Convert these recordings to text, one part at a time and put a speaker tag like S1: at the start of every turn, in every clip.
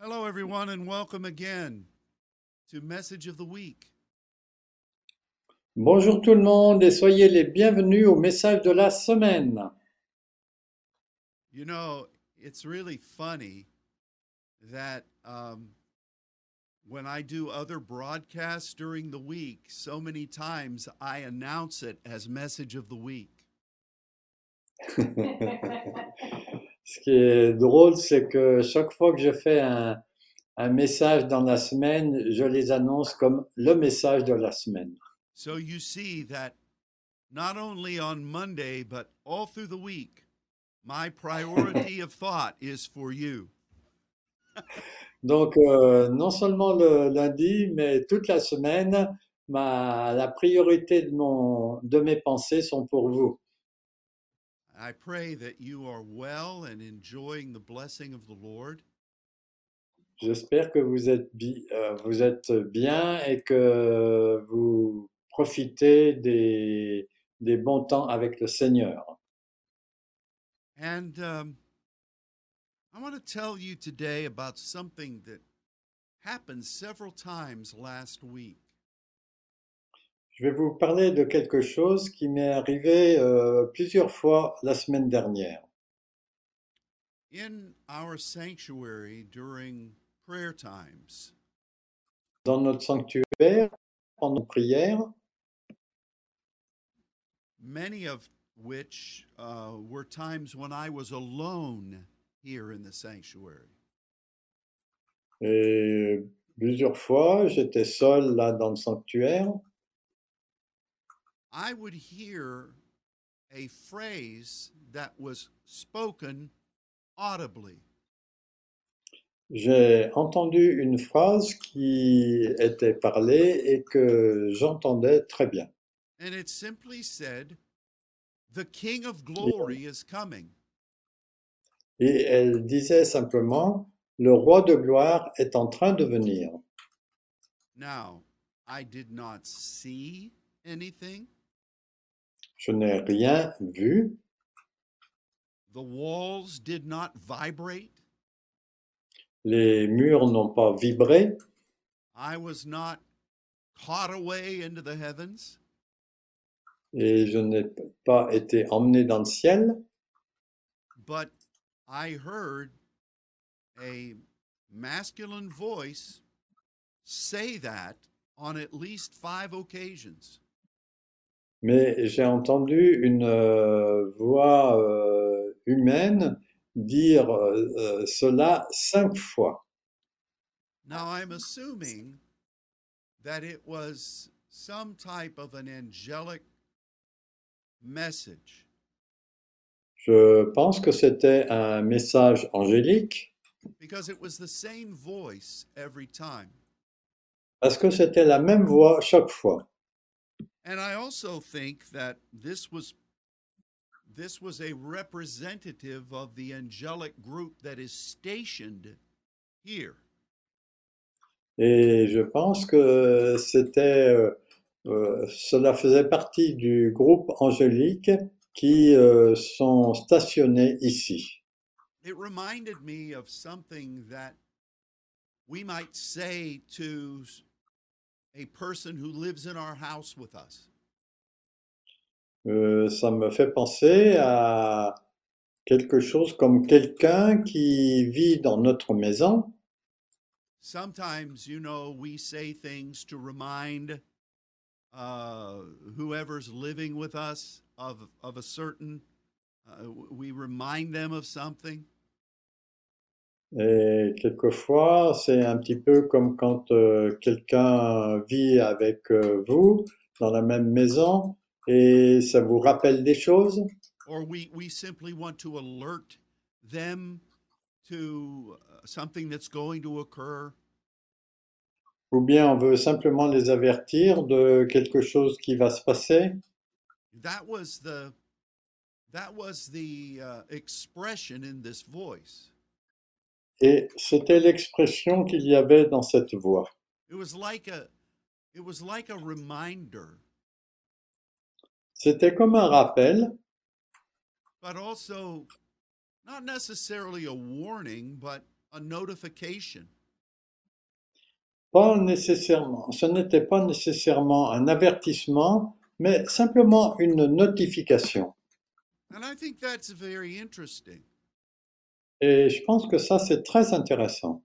S1: Hello, everyone, and welcome again to Message of the Week.
S2: Bonjour tout le monde et soyez les bienvenus au message de la semaine.
S1: You know, it's really funny that um, when I do other broadcasts during the week, so many times I announce it as Message of the Week.
S2: Ce qui est drôle, c'est que chaque fois que je fais un, un message dans la semaine, je les annonce comme le message de la semaine.
S1: So you see that not only on Monday, but all through the week, my priority of thought is for you.
S2: Donc, euh, non seulement le lundi, mais toute la semaine, ma, la priorité de, mon, de mes pensées sont pour vous.
S1: I pray that you are well and enjoying the blessing of the Lord.
S2: J'espère que vous êtes, bi- euh, vous êtes bien et que vous profitez des, des bons temps avec le Seigneur.
S1: And um, I want to tell you today about something that happened several times last week.
S2: Je vais vous parler de quelque chose qui m'est arrivé euh, plusieurs fois la semaine dernière.
S1: In our sanctuary during prayer times,
S2: Dans notre sanctuaire, pendant nos prières,
S1: many of which uh, were times when I was alone here in the sanctuary.
S2: et plusieurs fois, j'étais seul là dans le sanctuaire,
S1: I would hear a phrase that was spoken audibly.
S2: j'ai entendu une phrase qui était parlée et que j'entendais très bien.
S1: And it simply said, The King of Glory is coming.
S2: Et elle disait simplement, le roi de gloire est en train de venir.
S1: Now, I did not see anything.
S2: Je n'ai rien vu,
S1: The walls did not vibrate.
S2: les murs n'ont pas vibré,
S1: I was not caught away into the heavens.
S2: et je n'ai pas été emmené dans le ciel,
S1: But I heard a masculine voice say that on at least five occasions.
S2: mais j'ai entendu une euh, voix euh, humaine dire euh, euh, cela cinq fois.
S1: Now, I'm assuming that it was some type of an angelic message.
S2: Je pense que c'était un message angélique,
S1: because it was the same voice every time.
S2: parce que c'était la même voix chaque fois.
S1: And I also think that this was this was a representative of the angelic group that is stationed here.
S2: Et je pense que c'était, euh, euh, cela faisait partie du groupe angélique qui euh, sont stationnés ici.
S1: It reminded me of something that we might say to s- a person who lives in our house with us.
S2: Euh, ça me fait penser à quelque chose comme quelqu'un qui vit dans notre maison.
S1: Sometimes, you know, we say things to remind uh, whoever's living with us of, of a certain, uh, w- we remind them of something.
S2: Et quelquefois, c'est un petit peu comme quand euh, quelqu'un vit avec euh, vous dans la même maison et ça vous rappelle des choses.
S1: or we, we simply want to alert them to uh, something that's going to occur.
S2: Ou bien on veut simplement les avertir de quelque chose qui va se passer.
S1: That was the that was the uh, expression in this voice.
S2: Et c'était l'expression qu'il y avait dans cette voix.
S1: It was like a it was like a reminder,
S2: C'était comme un rappel,
S1: but also not necessarily a warning, but a notification.
S2: Pas nécessairement, ce n'était pas nécessairement un avertissement, mais simplement une notification.
S1: And I think that's very interesting.
S2: Et je pense que ça, c'est très intéressant.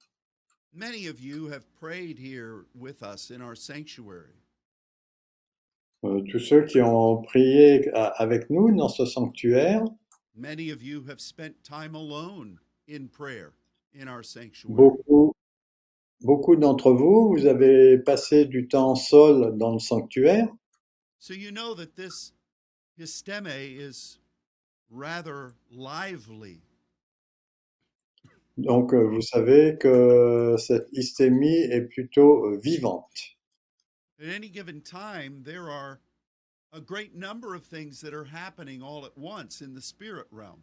S1: Many of you have prayed here with us in our sanctuary.
S2: Euh, tous ceux qui ont prié a- avec nous dans ce sanctuaire,
S1: Many of you have spent time alone in prayer in our sanctuary.
S2: beaucoup, beaucoup d'entre vous, vous avez passé du temps seul dans le sanctuaire.
S1: So you know that this histeme is rather lively.
S2: Donc, euh, vous savez que cette hystémie est plutôt euh, vivante.
S1: At any given time, there are a great number of things that are happening all at once in the spirit realm.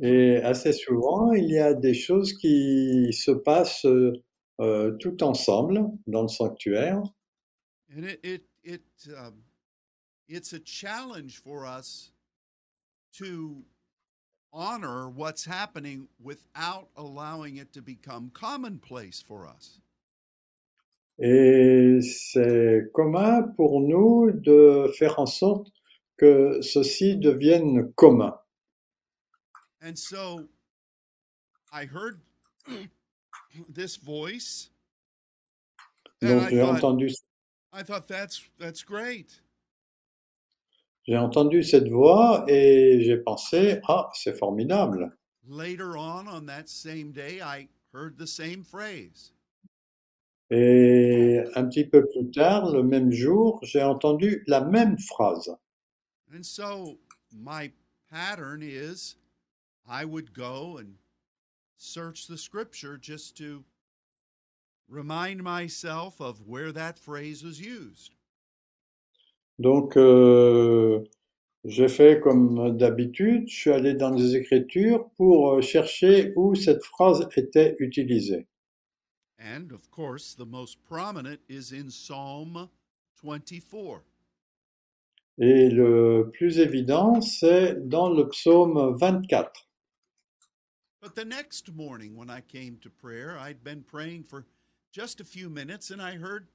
S2: Et assez souvent, il y a des choses qui se passent euh, euh, tout ensemble dans le sanctuaire.
S1: And it, it, it, um, it's a challenge for us to honor what's happening without allowing it to become commonplace for us.
S2: Et c'est commun pour nous de faire en sorte que ceci devienne commun.
S1: And so I heard this voice and
S2: Donc,
S1: I
S2: j'ai
S1: thought,
S2: entendu,
S1: I thought that's, that's great.
S2: j'ai entendu cette voix et j'ai pensé, ah, c'est formidable.
S1: Later on, on that same day, I heard the same phrase.
S2: Et un petit peu plus tard, le même jour, j'ai entendu la même phrase.
S1: And so my pattern is I would go and search the scripture just to remind myself of where that phrase was used.
S2: Donc, euh, j'ai fait comme d'habitude, je suis allé dans les Écritures pour euh, chercher où cette phrase était utilisée.
S1: And of course, the most prominent is in Psalm 24.
S2: Et le plus évident, c'est dans le psaume 24.
S1: But the next morning, when I came to prayer, I'd been praying for just a few minutes and I heard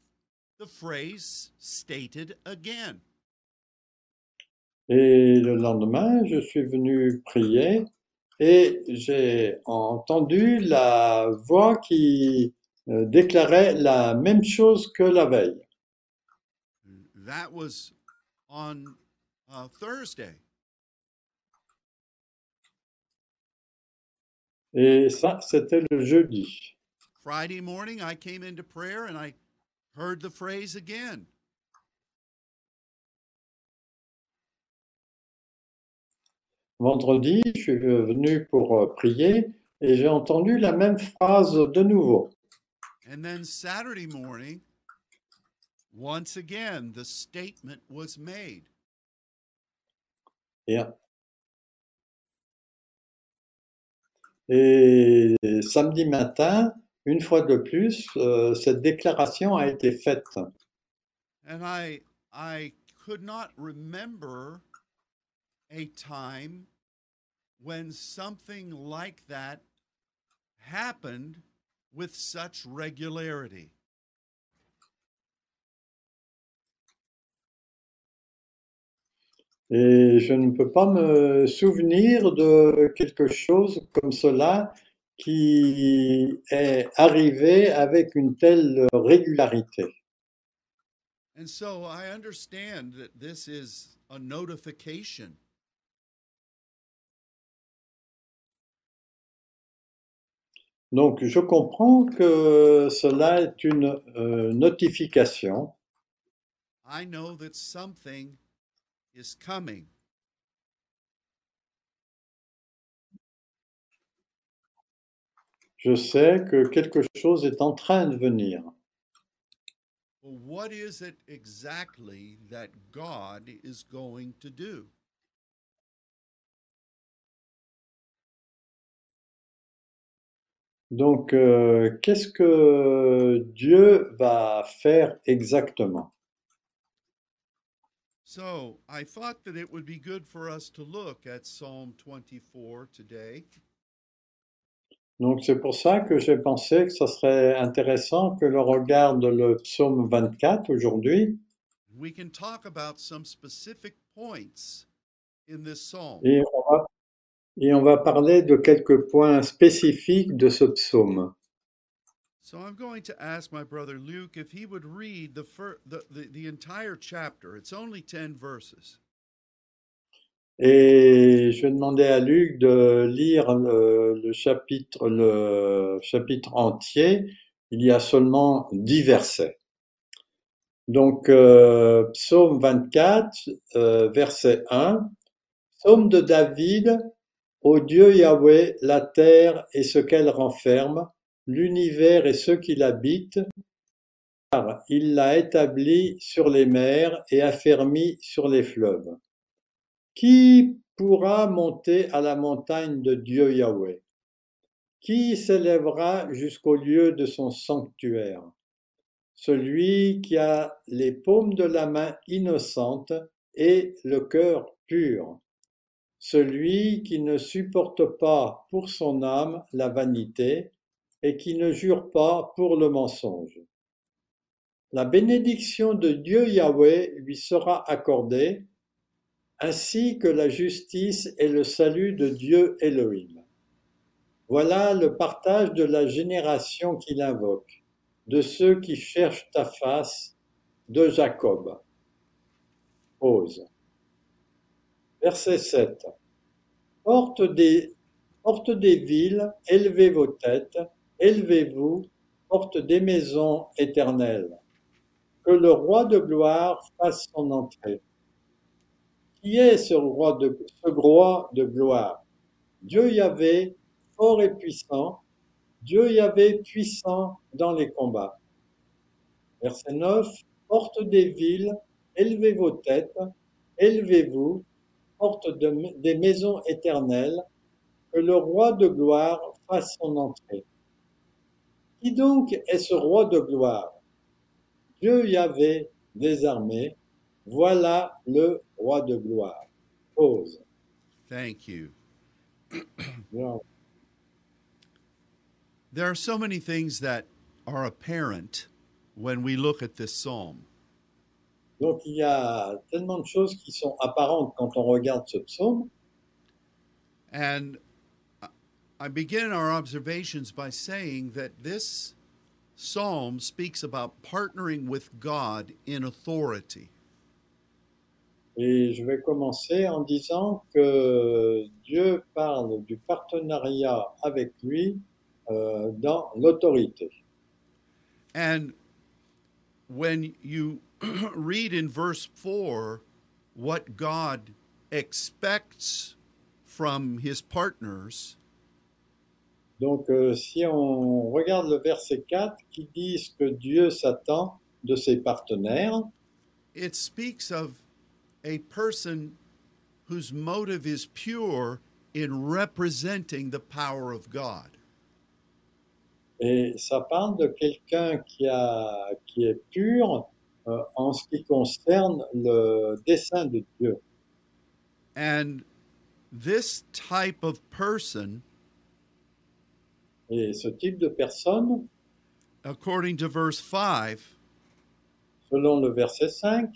S1: the phrase stated again.
S2: Et le lendemain, je suis venu prier et j'ai entendu la voix qui euh, déclarait la même chose que la veille.
S1: That was on uh, Thursday.
S2: Et ça, c'était le jeudi.
S1: Friday morning, I came into prayer and I heard the phrase again.
S2: Vendredi, je suis venu pour euh, prier et j'ai entendu la même phrase de nouveau.
S1: And then Saturday morning, once again, the statement was made.
S2: Et, hein. et samedi matin, une fois de plus, euh, cette déclaration a été faite.
S1: And I, I could not remember a time when something like that happened with such regularity.
S2: Et je ne peux pas me souvenir de quelque chose comme cela qui est arrivé avec une telle régularité.
S1: And so I understand that this is a notification.
S2: Donc, je comprends que cela est une euh, notification.
S1: I know that something is coming.
S2: Je sais que quelque chose est en train de venir.
S1: Well, what is it exactly that God is going to do?
S2: Donc, euh, qu'est-ce que Dieu va faire exactement
S1: So I thought that it would be good for us to look at Psalm 24 today.
S2: Donc c'est pour ça que j'ai pensé que ça serait intéressant que l'on regarde le psaume 24 aujourd'hui
S1: We can talk about some specific points in this psalm.
S2: et on va, et on va parler de quelques points spécifiques de ce psaume.
S1: So I'm going to ask my brother Luke if he would read the, fir- the, the, the entire chapter. It's only 10 verses.
S2: Et je demandais à Luc de lire le, le chapitre, le chapitre entier. Il y a seulement 10 versets. Donc, euh, psaume 24, euh, verset 1. Psaume de David, Ô Dieu Yahweh, la terre et ce qu'elle renferme, l'univers et ceux qui l'habitent, car il l'a établi sur les mers et affermi sur les fleuves. Qui pourra monter à la montagne de Dieu Yahweh Qui s'élèvera jusqu'au lieu de son sanctuaire Celui qui a les paumes de la main innocentes et le cœur pur. Celui qui ne supporte pas pour son âme la vanité et qui ne jure pas pour le mensonge. La bénédiction de Dieu Yahweh lui sera accordée ainsi que la justice et le salut de Dieu Elohim. Voilà le partage de la génération qu'il invoque, de ceux qui cherchent ta face, de Jacob. Ose. Verset 7. Porte des, porte des villes, élevez vos têtes, élevez-vous, porte des maisons éternelles. Que le roi de gloire fasse son entrée. Qui est ce roi de, ce roi de gloire Dieu Yahvé, fort et puissant, Dieu Yahvé puissant dans les combats. Verset 9, porte des villes, élevez vos têtes, élevez-vous, porte de- des maisons éternelles, que le roi de gloire fasse son entrée. Qui donc est ce roi de gloire Dieu Yahvé des armées, voilà le roi de gloire. Pause.
S1: Thank you.
S2: Bien.
S1: There are so many things that are apparent when we look at this psalm.
S2: Donc il y a tellement de choses qui sont apparentes quand on regarde ce psaume.
S1: And I- I begin our observations by saying that this psalm speaks about partnering with God in authority.
S2: Et je vais commencer en disant que Dieu parle du partenariat avec lui euh, dans l'autorité.
S1: And when you read in verse 4 what God expects from his partners,
S2: Donc euh, si on regarde le verset 4 qui dit ce que Dieu s'attend de ses partenaires,
S1: it speaks of a person whose motive is pure in representing the power of God.
S2: Et ça parle de quelqu'un qui, a- qui est pur euh, en ce qui concerne le dessein de Dieu.
S1: And this type of person,
S2: Et ce type de personne,
S1: according to verse 5,
S2: selon le verset 5,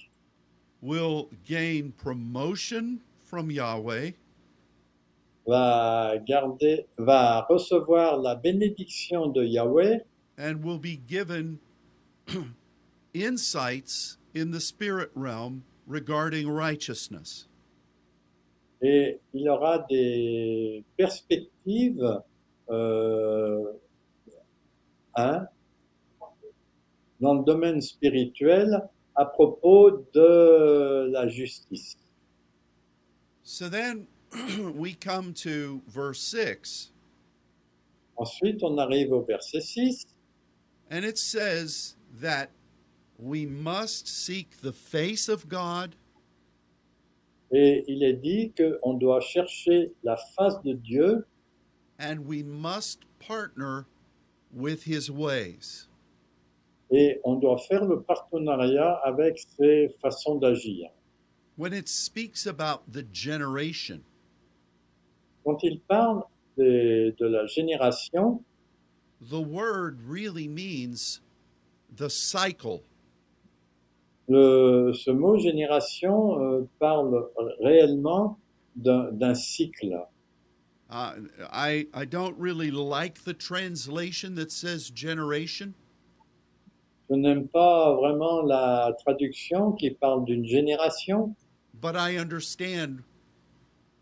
S1: will gain promotion from Yahweh
S2: va, garder, va recevoir la bénédiction de Yahweh
S1: and will be given insights in the spirit realm regarding righteousness.
S2: et il aura des perspectives euh, hein, dans le domaine spirituel à propos de la justice.
S1: So then we come to verse 6,
S2: Ensuite, on arrive au verset 6,
S1: and it says that we must seek the face of God
S2: et il est dit qu'on doit chercher la face de Dieu
S1: and we must partner with his ways.
S2: et on doit faire le partenariat avec ses façons d'agir.
S1: When it speaks about the generation,
S2: Quand il parle des- de la génération,
S1: The word really means the cycle.
S2: le- ce mot génération euh, parle réellement d'un d'un cycle.
S1: Uh, I, I don't really like the translation that says generation
S2: Je n'aime pas vraiment la traduction qui parle d'une génération,
S1: but I understand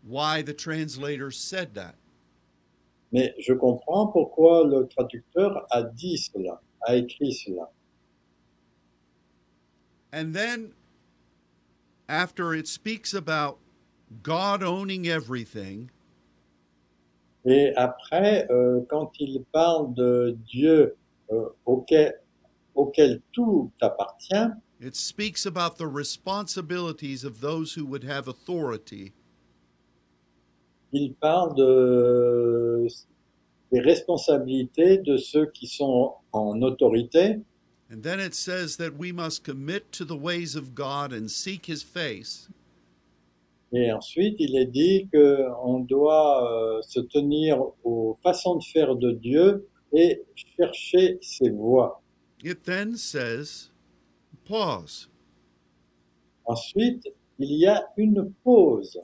S1: why the translator said that.
S2: mais je comprends pourquoi le traducteur a dit cela, a écrit cela.
S1: And then, after it speaks about God owning everything,
S2: Et après, euh, quand il parle de Dieu euh, auquel, auquel tout appartient,
S1: it speaks about the responsibilities of those who would have authority.
S2: il parle de, des responsabilités de ceux qui sont en autorité.
S1: And then it says that we must commit to the ways of God and seek his face.
S2: Et ensuite, il est dit que on doit euh, se tenir aux façons de faire de Dieu et chercher ses voies.
S1: It then says, pause,
S2: Ensuite, il y a une pause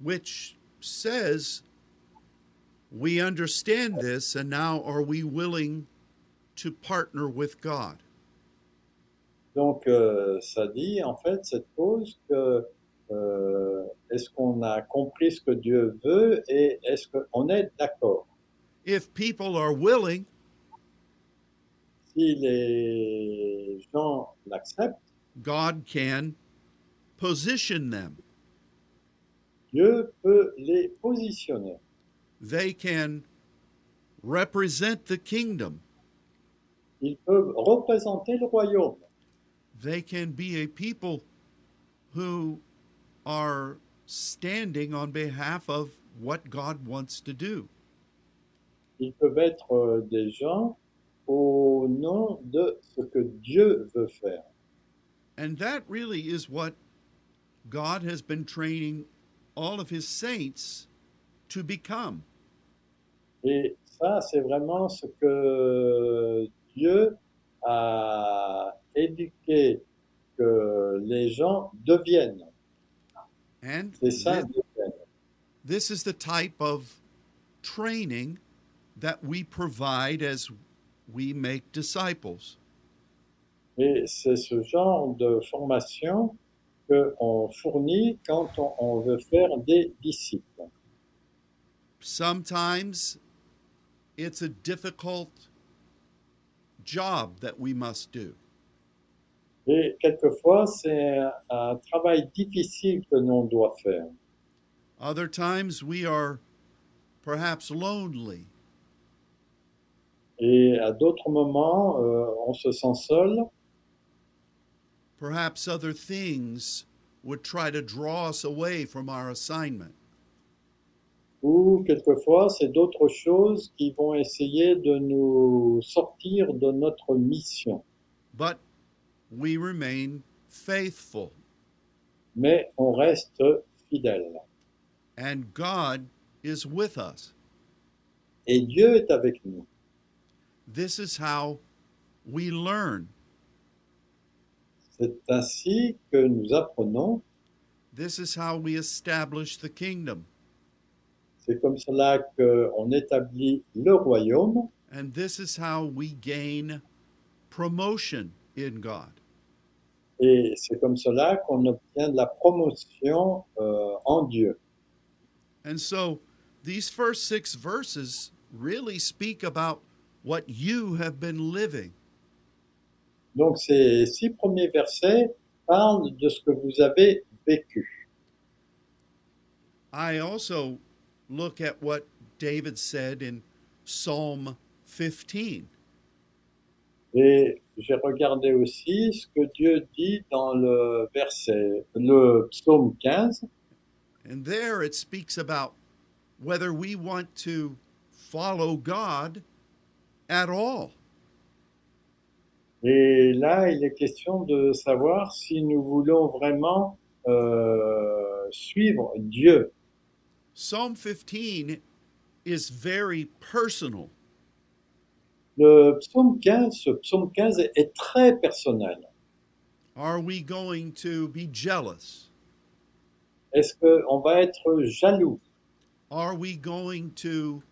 S1: which says, we understand this, and now are we willing to partner with God?
S2: Donc, euh, ça dit, en fait, cette pause, que euh, est-ce qu'on a compris ce que Dieu veut et est-ce qu'on est d'accord?
S1: If people are willing,
S2: Si les gens l'acceptent,
S1: God can position them.
S2: Dieu peut les positionner.
S1: They can represent the kingdom.
S2: Ils peuvent représenter le royaume.
S1: They can be a people who are standing on behalf of what God wants to do.
S2: Ils peuvent être euh, des gens au nom de ce que Dieu veut faire.
S1: And that really is what God has been training all of his saints to become.
S2: Et ça, c'est vraiment ce que Dieu a éduqué que les gens deviennent.
S1: And
S2: C'est ça,
S1: thi-
S2: deviennent.
S1: this is the type of training that we provide as we make disciples.
S2: Et c'est ce genre de formation qu'on fournit quand on, on veut faire des disciples.
S1: sometimes it's a difficult job that we must do.
S2: Et quelquefois, c'est un- un travail difficile que l'on doit faire.
S1: Other times we are perhaps lonely.
S2: Et à d'autres moments, euh, on se sent seul.
S1: Perhaps other things would try to draw us away from our assignment.
S2: ou quelquefois c'est d'autres choses qui vont essayer de nous sortir de notre mission.
S1: But we remain faithful,
S2: Mais on reste fidèle.
S1: and God is with us.
S2: Et Dieu est avec nous.
S1: This is how we learn.
S2: C'est ainsi que nous apprenons,
S1: This is how we establish the kingdom.
S2: c'est comme cela qu'on établit le royaume
S1: And this is how we gain promotion in God.
S2: et c'est comme cela qu'on obtient de la promotion euh, en Dieu.
S1: And so these first six verses really speak about what you have been living.
S2: Donc ces six premiers versets parlent de ce que vous avez vécu.
S1: I also look at what David said in Psalm 15.
S2: Et j'ai regardé aussi ce que Dieu dit dans le verset, le psaume 15,
S1: And there it speaks about whether we want to follow God at all.
S2: et là il est question de savoir si nous voulons vraiment euh, suivre Dieu.
S1: Psalm 15 is very personal.
S2: Le psaume 15, ce psaume 15 est- est très personnel.
S1: Are we going to be jealous?
S2: Est-ce qu'on va être jaloux
S1: Are we going to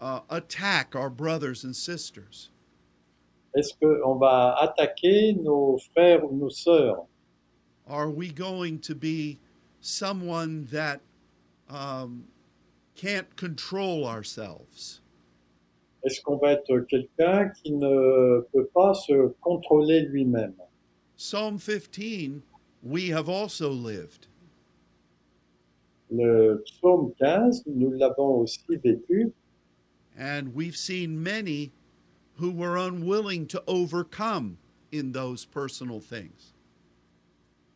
S1: uh, attack our brothers and sisters?
S2: Est-ce qu'on va attaquer nos frères ou nos sœurs
S1: Are we going to be someone that um, can't control ourselves?
S2: Est-ce qu'on va être quelqu'un qui ne peut pas se contrôler lui-même
S1: Psalm 15, we have also lived.
S2: Le psaume 15, nous l'avons aussi vécu
S1: And we've seen many who were unwilling to overcome in those personal things.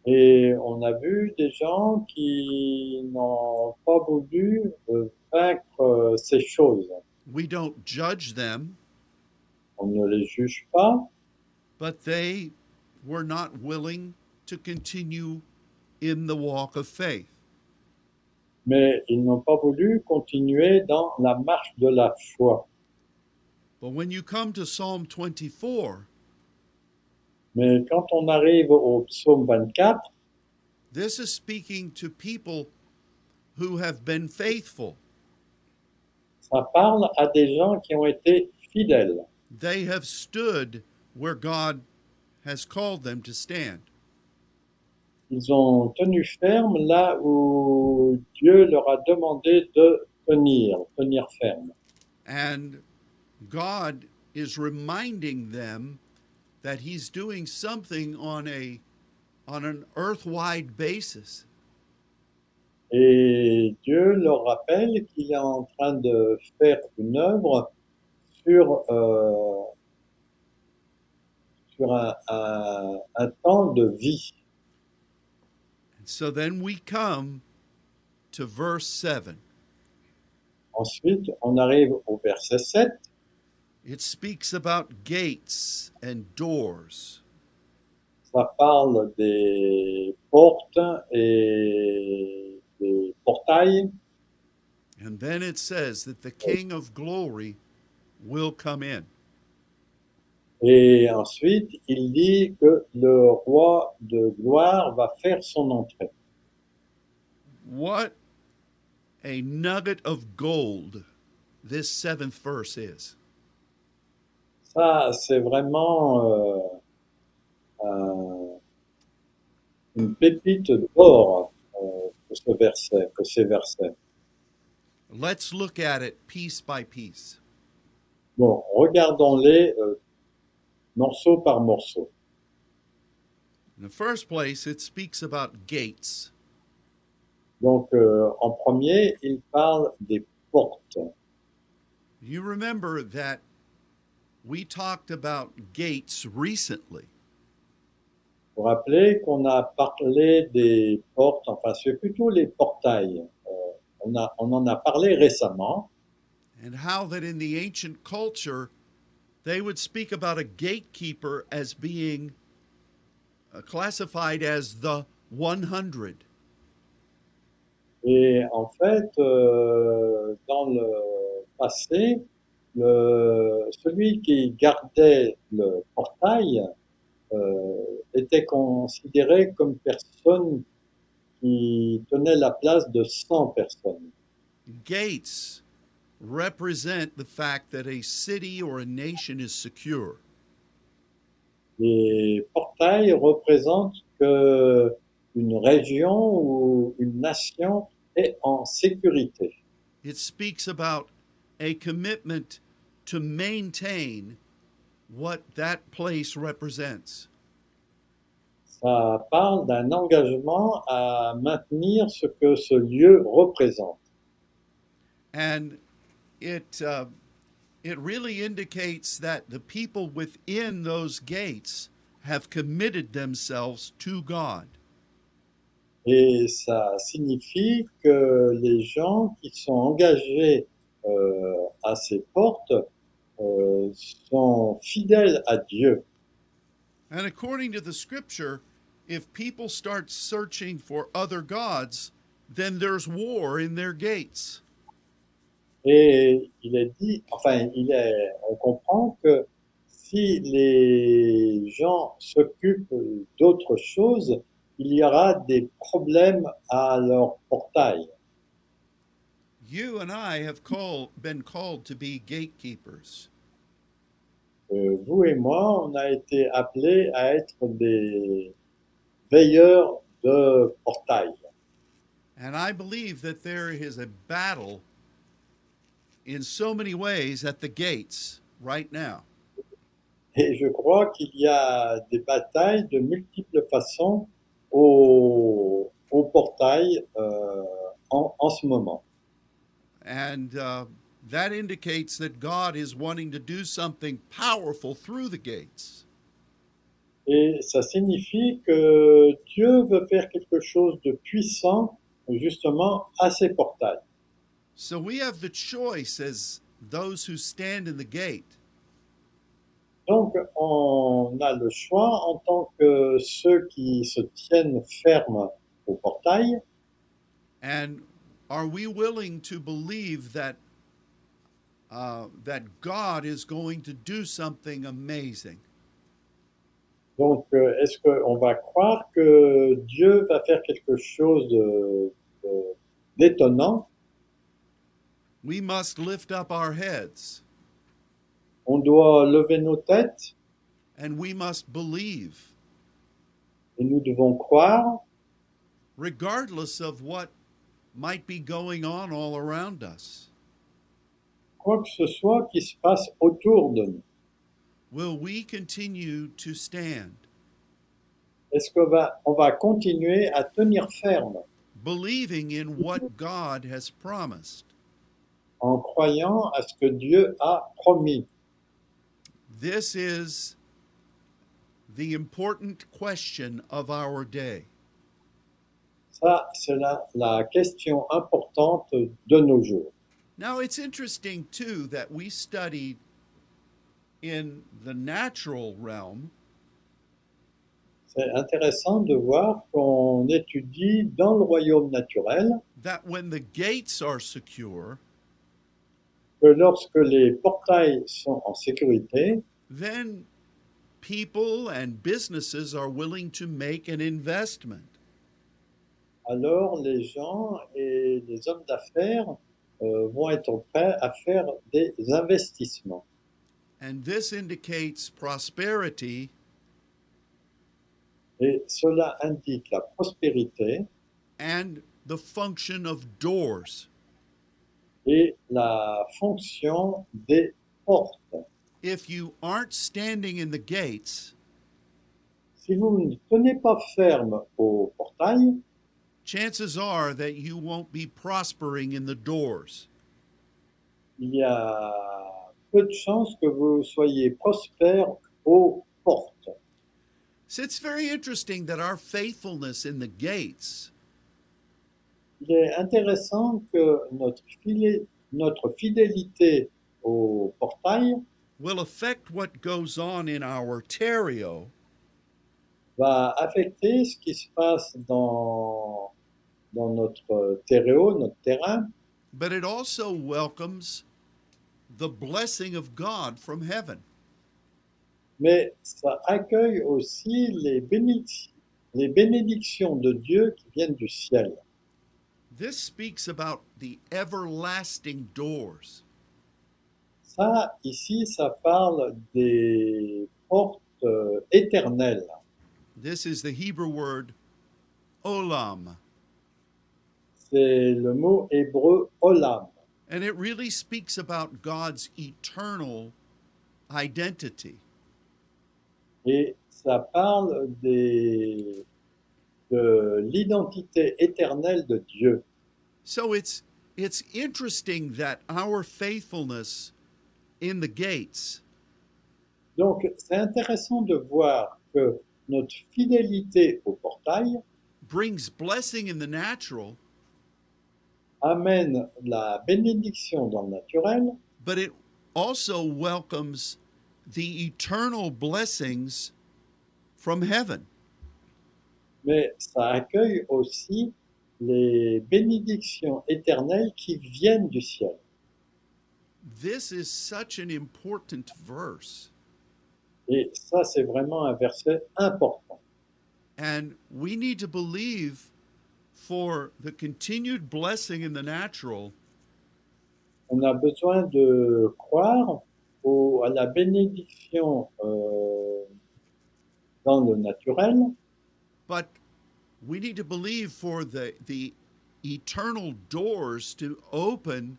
S2: et on a vu des gens qui n'ont pas voulu euh, vaincre euh, ces choses.
S1: We don't judge them,
S2: On ne les juge pas,
S1: but they were not willing to continue in the walk of faith.
S2: mais ils n'ont pas voulu continuer dans la marche de la foi.
S1: But when you come to Psalm 24,
S2: Mais quand on arrive au psaume 24,
S1: this is speaking to people who have been faithful.
S2: ça parle à des gens qui ont été fidèles.
S1: They have stood where God has called them to stand.
S2: Ils ont tenu ferme là où Dieu leur a demandé de tenir, tenir ferme.
S1: And God is reminding them that he's doing something on a on an earth-wide basis.
S2: Et Dieu leur rappelle qu'il est en train de faire une œuvre sur, euh, sur un, un- un temps de vie.
S1: And so then we come to verse 7.
S2: Ensuite, on arrive au verset 7.
S1: It speaks about gates and doors.
S2: Ça parle des portes et des portails.
S1: And then it says that the King of glory will come in.
S2: Et ensuite, il dit que le roi de gloire va faire son entrée.
S1: What a nugget of gold this 7th verse is.
S2: Ça, c'est vraiment euh, un- une pépite d'or euh, que ce verset, que ces versets.
S1: Let's look at it piece by piece.
S2: Bon, regardons-les euh, morceau par morceau.
S1: In the first place, it speaks about gates.
S2: Donc, euh, en premier, il parle des portes.
S1: You remember that we talked about gates recently,
S2: Vous vous rappelez qu'on a parlé des portes, enfin, c'est plutôt les portails. Euh, on, a, on en a parlé récemment.
S1: and how that in the ancient culture, they would speak about a gatekeeper as being uh, classified as the 100.
S2: Et en fait, euh, dans le passé, le, celui qui gardait le portail euh, était considéré comme personne qui tenait la place de 100 personnes.
S1: Gates represent the fact that a city or a nation is secure.
S2: Les portails représentent que une région ou une nation est en sécurité.
S1: It speaks about a commitment to maintain what that place represents.
S2: Ça parle d'un engagement à maintenir ce que ce lieu représente.
S1: And it, uh, it really indicates that the people within those gates have committed themselves to God.
S2: Et ça signifie que les gens qui sont engagés euh, à ces portes euh, sont fidèles à Dieu.
S1: And according to the scripture, if people start searching for other gods, then there's war in their gates.
S2: Et il est dit, enfin, il est, on comprend que si les gens s'occupent d'autres choses, il y aura des problèmes à leur portail.
S1: You and I have called, been called to be gatekeepers.
S2: Euh, vous et moi, on a été appelés à être des veilleurs de portail.
S1: And I believe that there is a battle in so many ways at the gates right now.
S2: Et je crois qu'il y a des batailles de multiples façons au, au portail euh, en, en ce moment.
S1: And uh, that indicates that God is wanting to do something powerful through the gates.
S2: Et ça signifie que Dieu veut faire quelque chose de puissant justement à ses portails.
S1: So we have the choice as those who stand in the gate
S2: Donc on a le choix en tant que ceux qui se tiennent fermes au portail.
S1: And are we willing to believe that uh, that God is going to do something amazing?
S2: Donc euh, est-ce qu'on va croire que Dieu va faire quelque chose de- de- d'étonnant
S1: We must lift up our heads
S2: On doit lever nos têtes
S1: and we must believe,
S2: et nous devons croire
S1: regardless of what might be going on all around us.
S2: quoi que ce soit qui se passe autour de nous.
S1: Will we continue to stand,
S2: Est-ce qu'on va, on va continuer à tenir ferme
S1: believing in what God has promised?
S2: en croyant à ce que Dieu a promis
S1: This is the important question of our day.
S2: Ça, c'est la, la question importante de nos jours.
S1: Now, it's interesting, too, that we studied in the natural realm
S2: C'est intéressant de voir qu'on étudie dans le royaume naturel
S1: that when the gates are secure,
S2: que lorsque les portails sont en sécurité,
S1: then people and businesses are willing to make an investment.
S2: alors les gens et les hommes d'affaires euh, vont être prêts à faire des investissements.
S1: And this indicates prosperity
S2: Et cela indique la prospérité
S1: and the function of doors.
S2: et la fonction des portes.
S1: If you aren't standing in the gates,
S2: Si vous ne tenez pas ferme au portail,
S1: chances are that you won't be prospering in the doors.
S2: il y a peu de chances que vous soyez prospère aux portes.
S1: So it's very interesting that our faithfulness in the gates
S2: Il est intéressant que notre, filé- notre fidélité au portail
S1: will affect what goes on in our terrio
S2: va affecter ce qui se passe dans, dans notre terreau, notre terrain,
S1: but it also welcomes the blessing of God from heaven.
S2: mais ça accueille aussi les, béni- les bénédictions de Dieu qui viennent du ciel.
S1: This speaks about the everlasting doors.
S2: Ça, ici, ça parle des portes euh, éternelles.
S1: This is the Hebrew word olam,
S2: C'est le mot hébreu olam.
S1: and it really speaks about God's eternal identity.
S2: Et ça parle des- de l'identité éternelle de Dieu.
S1: So it's it's interesting that our faithfulness in the gates
S2: Donc, c'est intéressant de voir que notre fidélité au portail
S1: brings blessing in the natural,
S2: amène la bénédiction dans le naturel,
S1: but it also welcomes the eternal blessings from heaven.
S2: mais ça accueille aussi les bénédictions éternelles qui viennent du ciel.
S1: this is such an important verse.
S2: Et ça, c'est vraiment un verset important.
S1: And we need to believe for the continued blessing in the natural
S2: On a besoin de croire au- à la bénédiction euh, dans le naturel,
S1: but we need to believe for the the eternal doors to open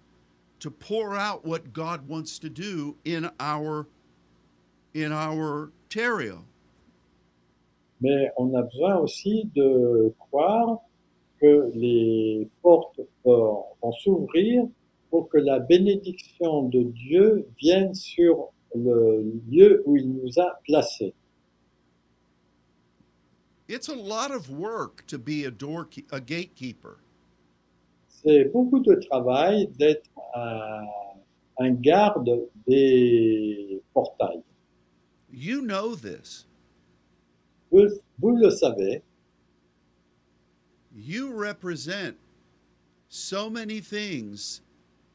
S1: to pour out what God wants to do in our in our terrio.
S2: mais on a besoin aussi de croire que les portes vont vont s'ouvrir pour que la bénédiction de Dieu vienne sur le lieu où il nous a placés.
S1: It's a lot of work to be a door a gatekeeper.
S2: C'est beaucoup de travail d'être un, un garde des portails.
S1: You know this.
S2: Vous, vous le savez,
S1: You represent so many things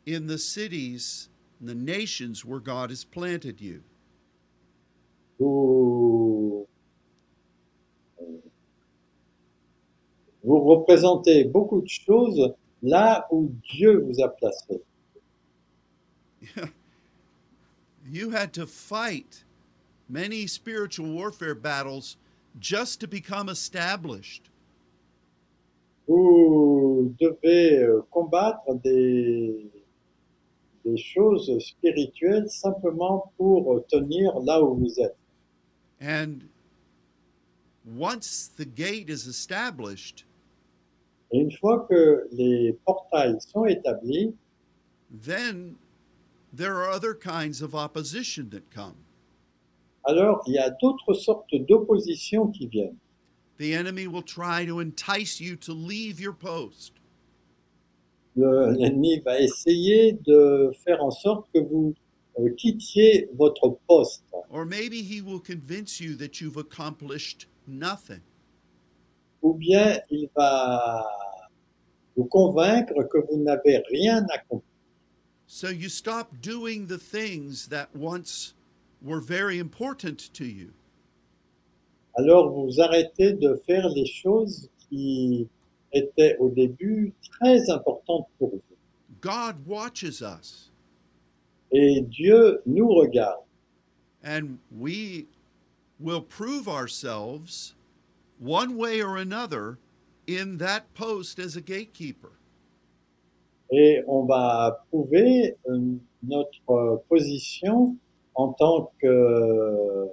S1: in the cities, the nations where God has planted you.
S2: vous, vous représentez beaucoup de choses là où Dieu vous a placé.
S1: You had to fight many spiritual warfare battles just to become established.
S2: Vous devez euh, combattre des, des choses spirituelles simplement pour tenir là où vous êtes.
S1: And once the gate is established,
S2: Et une fois que les portails sont établis,
S1: then there are other kinds of opposition that come.
S2: alors il y a d'autres sortes d'oppositions qui viennent.
S1: The enemy will try to entice you to leave your post.
S2: Le- L'ennemi va essayer de faire en sorte que vous euh, quittiez votre poste.
S1: Or maybe he will convince you that you've accomplished nothing.
S2: Ou bien il va vous convaincre que vous n'avez rien accompli.
S1: So you stop doing the things that once were very important to you.
S2: Alors vous arrêtez de faire les choses qui étaient au début très importantes pour vous.
S1: God watches us,
S2: Et Dieu nous regarde.
S1: and we will prove ourselves one way or another in that post as a gatekeeper.
S2: Et on va prouver euh, notre position en tant que euh,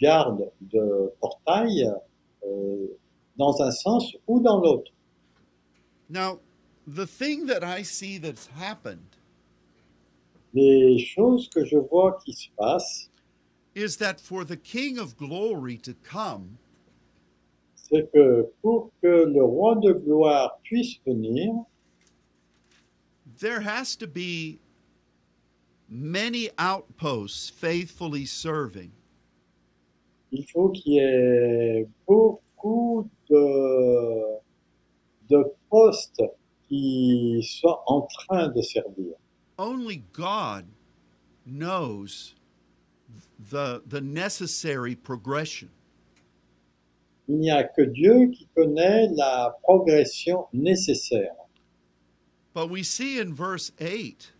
S2: garde de portail euh, dans un sens ou dans l'autre.
S1: Now, the thing that I see that's happened
S2: Les choses que je vois qui se passent,
S1: is that for the King of Glory to come,
S2: c'est que pour que le roi de gloire puisse venir,
S1: there has to be many outposts faithfully serving.
S2: il faut qu'il y ait beaucoup de, de postes qui soient en train de servir.
S1: Only God knows the, the necessary progression.
S2: Il n'y a que Dieu qui connaît la progression nécessaire.
S1: But we see in verse 8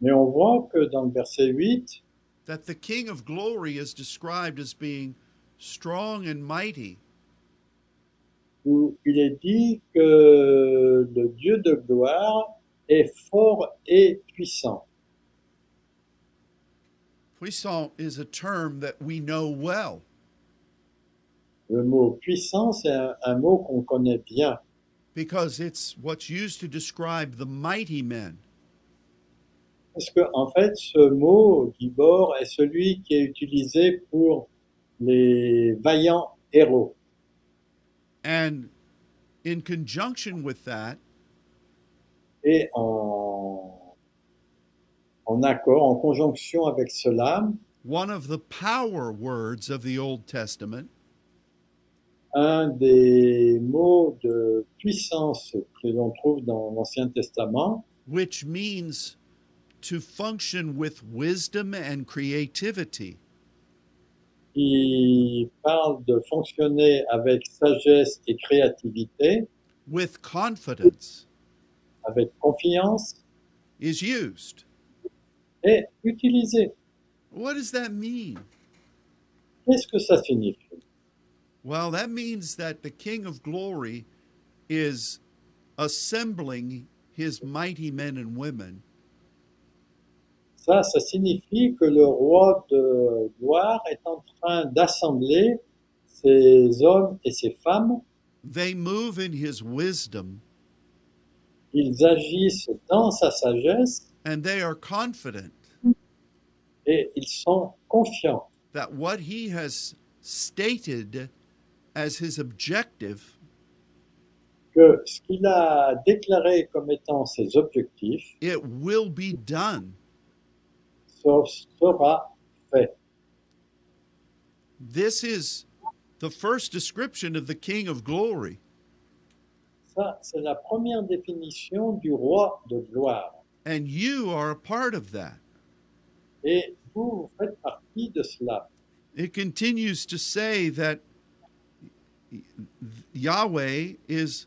S2: Mais on voit que dans le verset 8,
S1: that the King of glory is described as being strong and mighty,
S2: où il est dit que le Dieu de gloire est fort et puissant.
S1: puissant is a term that we know well.
S2: Le mot puissant, c'est un, un mot qu'on connaît bien,
S1: Because it's what's used to describe the mighty men.
S2: parce que en fait, ce mot Gibor est celui qui est utilisé pour les vaillants héros.
S1: And in conjunction with that,
S2: Et en, en accord, en conjonction avec cela,
S1: one of the power words of the Old Testament
S2: un des mots de puissance que l'on trouve dans l'Ancien Testament,
S1: which means to function with wisdom and creativity.
S2: Il parle de fonctionner avec sagesse et créativité,
S1: with confidence
S2: avec confiance
S1: is used.
S2: et utilisé.
S1: What does that mean?
S2: Qu'est-ce que ça signifie
S1: Well, that means that the King of Glory is assembling his mighty men and women
S2: Ça, ça signifie que le roi de gloire est en train d'assembler ses hommes et ses femmes.
S1: They move in his wisdom
S2: Ils agissent dans sa sagesse
S1: and they are confident
S2: et ils sont confiants
S1: that what he has stated as his objective
S2: que ce qu'il a déclaré comme étant ses objectifs
S1: it will be done
S2: se- sera fait.
S1: this is the first description of the king of glory
S2: Ça, c'est la première définition du roi de gloire.
S1: and you are a part of that
S2: Et vous faites partie de cela.
S1: it continues to say that Yahweh is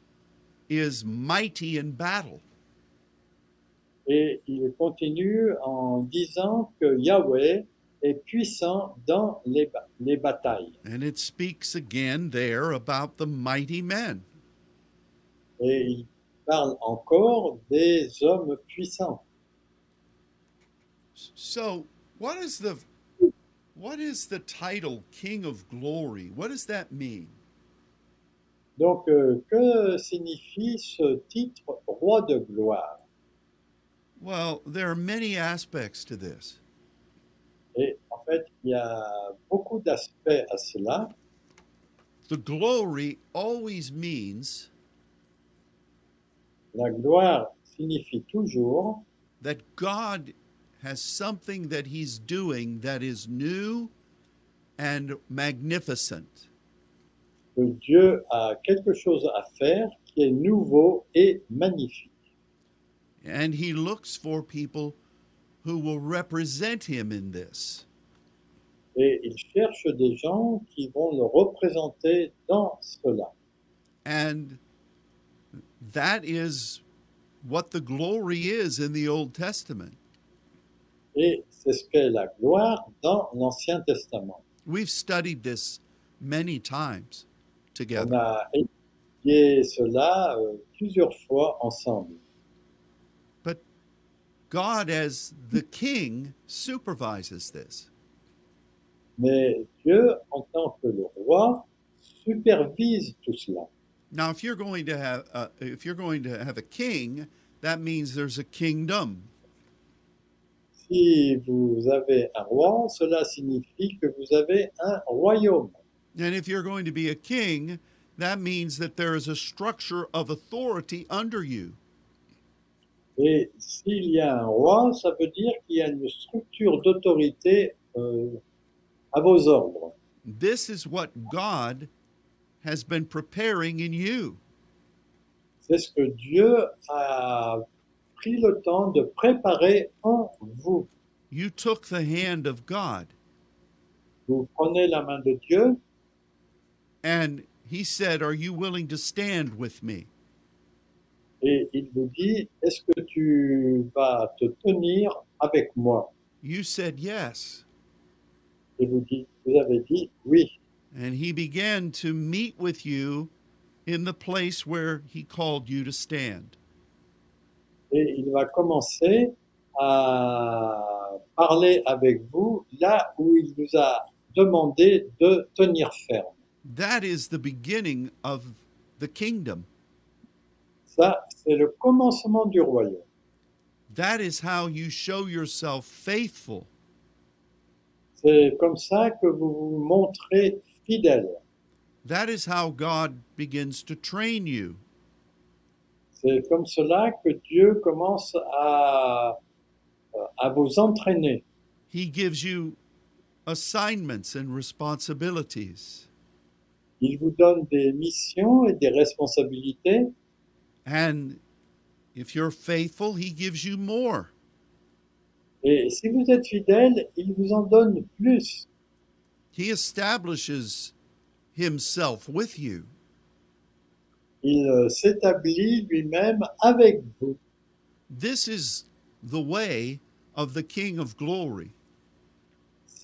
S1: is mighty in battle
S2: Et il continue en disant que Yahweh est puissant dans les, ba- les batailles.
S1: and it speaks again there about the mighty men
S2: Et il parle encore des hommes puissants.
S1: So, what is the what is the title King of Glory? What does that mean?
S2: Donc, euh, que signifie ce titre roi de gloire
S1: Well, there are many aspects to this.
S2: Et en fait, il y a beaucoup d'aspects à cela.
S1: The glory always means
S2: La gloire signifie toujours
S1: that God has something that he's doing that is new and magnificent.
S2: que Dieu a quelque chose à faire qui est nouveau et magnifique.
S1: And he looks for people who will represent him in this.
S2: Et il cherche des gens qui vont le représenter dans cela.
S1: And that is what the glory is in the Old Testament.
S2: Et c'est ce qu'est la gloire dans l'Ancien Testament.
S1: We've studied this many times
S2: On
S1: together.
S2: a étudié cela euh, plusieurs fois ensemble.
S1: But God, as the king, supervises this.
S2: Mais Dieu, en tant que le roi, supervise tout cela.
S1: Now, if you're going to have uh, if you're going to have a king, that means there's a kingdom.
S2: Si vous avez un roi, cela signifie que vous avez un royaume.
S1: And if you're going to be a king, that means that there is a structure of authority under you.
S2: Et s'il y a un roi, ça veut dire qu'il y a une structure d'autorité euh, à vos ordres.
S1: This is what God has been preparing in you.
S2: C'est ce que Dieu a pris le temps de préparer en vous.
S1: You took the hand of God,
S2: Vous prenez la main de Dieu
S1: and He said, Are you willing to stand with me?
S2: et il vous dit, est-ce que tu vas te tenir avec moi
S1: You said yes.
S2: Et vous, dites, vous avez dit oui.
S1: And He began to meet with you in the place where He called you to stand.
S2: Et il va commencer à parler avec vous là où il vous a demandé de tenir ferme.
S1: That is the beginning of the kingdom.
S2: Ça, c'est le commencement du royaume.
S1: That is how you show yourself faithful.
S2: C'est comme ça que vous vous montrez fidèle.
S1: That is how God begins to train you.
S2: C'est comme cela que Dieu commence à, à vous entraîner.
S1: He gives you assignments and responsibilities.
S2: Il vous donne des missions et des responsabilités.
S1: And if you're faithful, He gives you more.
S2: Et si vous êtes fidèle, il vous en donne plus.
S1: He establishes himself with you.
S2: Il euh, s'établit lui-même avec vous.
S1: This is the way of the King of glory.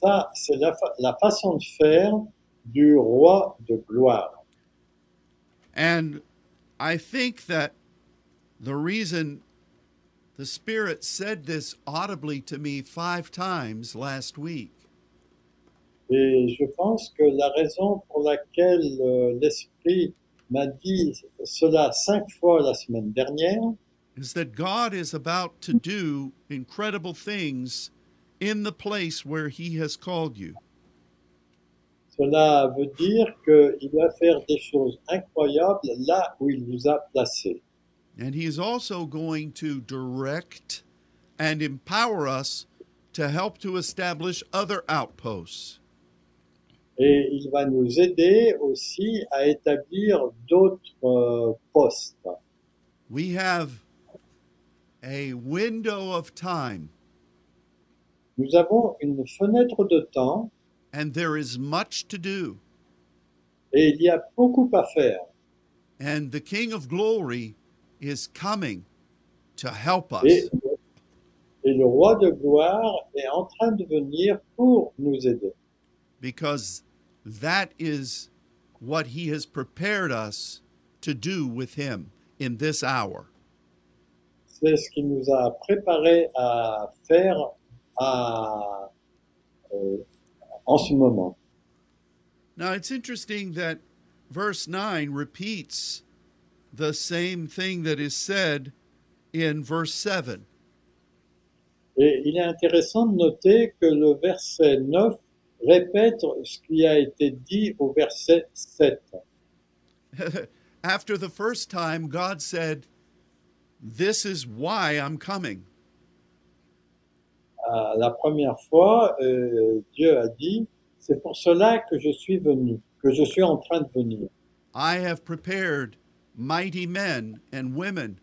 S2: Ça, c'est la, fa- la façon de faire du roi de gloire.
S1: And I think that the reason the Spirit said this audibly to me five times last week
S2: Et je pense que la raison pour laquelle euh, l'Esprit m'a dit cela cinq fois la semaine dernière,
S1: is that God is about to do incredible things in the place where He has called you.
S2: cela veut dire qu'il va faire des choses incroyables là où il nous a placés.
S1: And He is also going to direct and empower us to help to establish other outposts.
S2: Et il va nous aider aussi à établir d'autres euh, postes.
S1: We have a window of time,
S2: Nous avons une fenêtre de temps
S1: and there is much to do.
S2: et il y a beaucoup à faire.
S1: And the King of Glory is coming to help us.
S2: Et, et le roi de gloire est en train de venir pour nous aider.
S1: because that is what he has prepared us to do with him in this hour.
S2: C'est ce qu'il nous a préparé à faire à, euh, en ce moment.
S1: Now, it's interesting that verse 9 repeats the same thing that is said in verse 7.
S2: Et il est intéressant de noter que le verset 9 répète ce qui a été dit au verset 7.
S1: After the first time, God said, This is why I'm coming.
S2: À la première fois, euh, Dieu a dit, c'est pour cela que je suis venu, que je suis en train de venir.
S1: I have prepared mighty men and women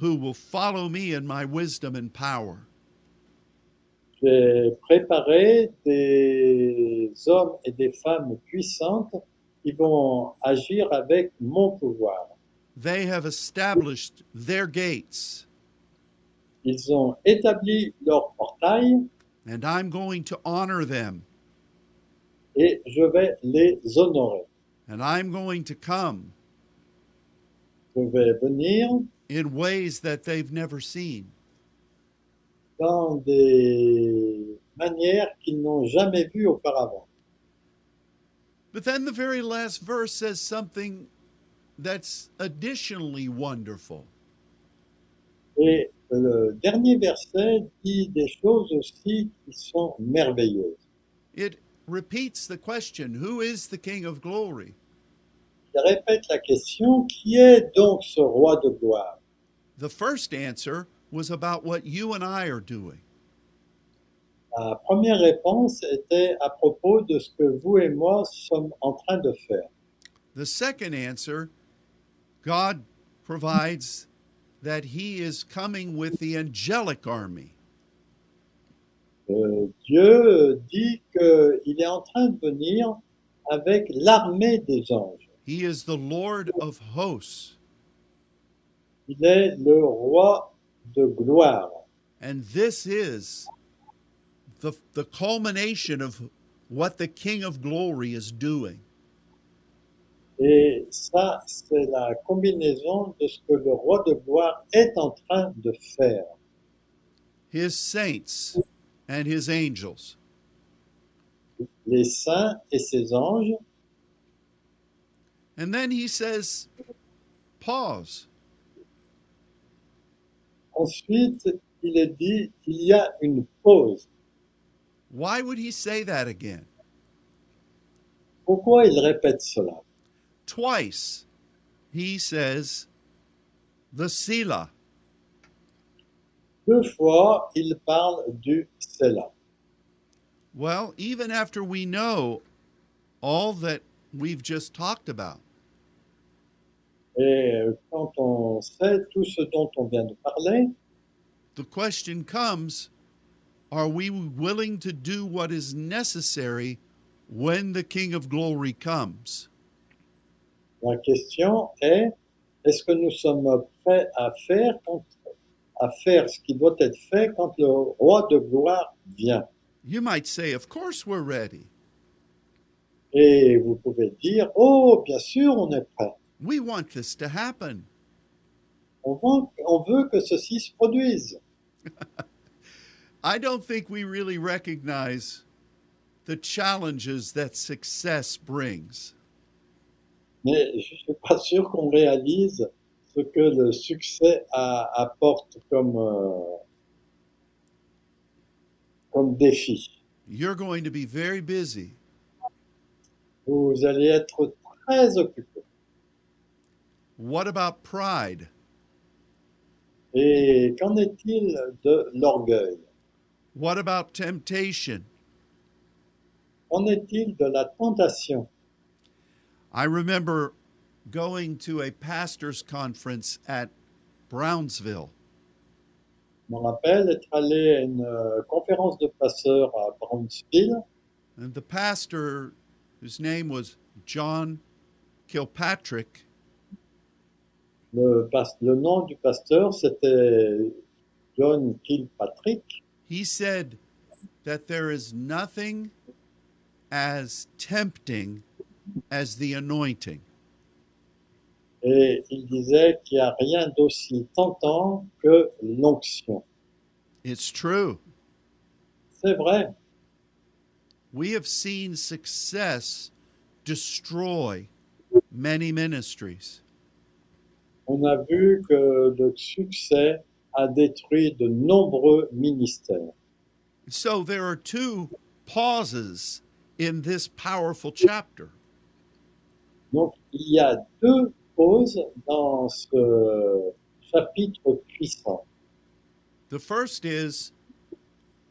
S1: who will follow me in my wisdom and power.
S2: J'ai préparé des hommes et des femmes puissantes qui vont agir avec mon pouvoir.
S1: They have established their gates,
S2: Ils ont établi leur portail
S1: and I'm going to honor them,
S2: et je vais les honorer.
S1: and I'm going to come
S2: Je vais venir
S1: in ways that they've never seen.
S2: dans des manières qu'ils n'ont jamais vues auparavant.
S1: But then the very last verse says something that's additionally wonderful.
S2: Et le dernier verset dit des choses aussi qui sont merveilleuses.
S1: It repeats the question Who is the King of Glory?
S2: Il répète la question, qui est donc ce roi de gloire
S1: The first answer was about what you and I are doing.
S2: La première réponse était à propos de ce que vous et moi sommes en train de faire.
S1: The second answer, God provides that He is coming with the angelic army.
S2: Euh, Dieu dit qu'il est en train de venir avec l'armée des anges.
S1: He is the Lord of hosts,
S2: Il est le roi de gloire.
S1: and this is the, the culmination of what the King of Glory is doing.
S2: Et ça, c'est la combinaison de ce que le roi de gloire est en train de faire.
S1: His saints and His angels,
S2: Les saints et ses anges.
S1: and then He says, "Pause."
S2: Ensuite, il est dit, il y a une pause.
S1: Why would He say that again?
S2: Pourquoi il répète cela
S1: Twice, He says, "The Selah."
S2: Deux fois, il parle du cela.
S1: Well, even after we know all that we've just talked about,
S2: Et euh, quand on sait tout ce dont on vient de parler,
S1: the question comes Are we willing to do what is necessary when the King of Glory comes?
S2: La question est, est-ce que nous sommes prêts à faire, quand- à faire ce qui doit être fait quand le roi de gloire vient
S1: You might say, Of course we're ready.
S2: Et vous pouvez dire, oh, bien sûr, on est prêt.
S1: We want this to happen.
S2: On veut, on veut que ceci se produise.
S1: I don't think we really recognize the challenges that success brings.
S2: Mais je ne suis pas sûr qu'on réalise ce que le succès a- apporte comme, euh, comme défi.
S1: You're going to be very busy.
S2: Vous allez être très occupé.
S1: What about pride?
S2: Et qu'en est-il de l'orgueil
S1: What about temptation?
S2: Qu'en est-il de la tentation
S1: I remember going to a pastor's conference at Brownsville,
S2: Je me rappelle être allé à une euh, conférence de passeurs à Brownsville
S1: and the pastor, whose name was John Kilpatrick,
S2: Le, pas- le nom du pasteur, c'était John Kilpatrick.
S1: he said that there is nothing as tempting as the anointing.
S2: Et il disait qu'il n'y a rien d'aussi tentant que l'onction.
S1: It's true.
S2: C'est vrai,
S1: We have seen success destroy many ministries.
S2: on a vu que le succès a détruit de nombreux ministères.
S1: So there are two pauses in this powerful chapter.
S2: Donc il y a deux pauses dans ce chapitre puissant.
S1: The first is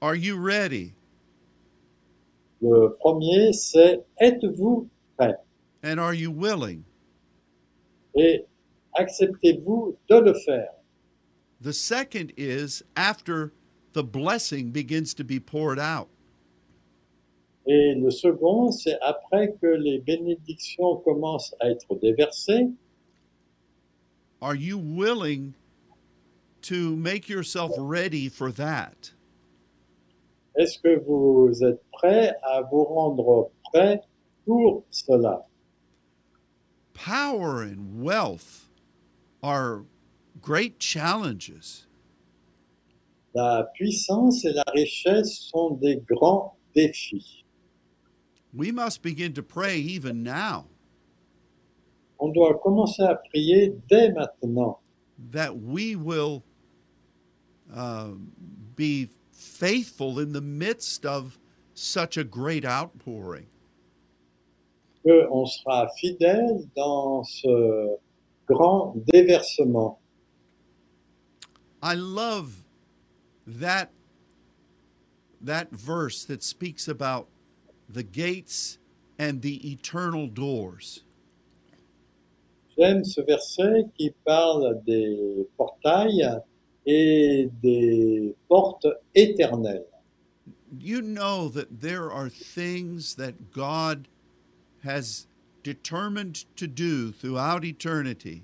S1: Are you ready?
S2: Le premier, c'est êtes-vous prêt
S1: And are you willing?
S2: et acceptez-vous de le faire
S1: The second is after the blessing begins to be poured out.
S2: Et le second, c'est après que les bénédictions commencent à être déversées,
S1: Are you willing to make yourself ready for that?
S2: est-ce que vous êtes prêt à vous rendre prêt pour cela
S1: Power and wealth are great challenges,
S2: La puissance et la richesse sont des grands défis.
S1: we must begin to pray even now
S2: On doit commencer à prier dès maintenant
S1: that we will uh, be faithful in the midst of such a great outpouring.
S2: qu'on sera fidèle dans ce grand déversement.
S1: I love that that verse that speaks about the gates and the eternal doors.
S2: J'aime ce verset qui parle des portails et des portes éternelles.
S1: You know that there are things that God has determined to do throughout eternity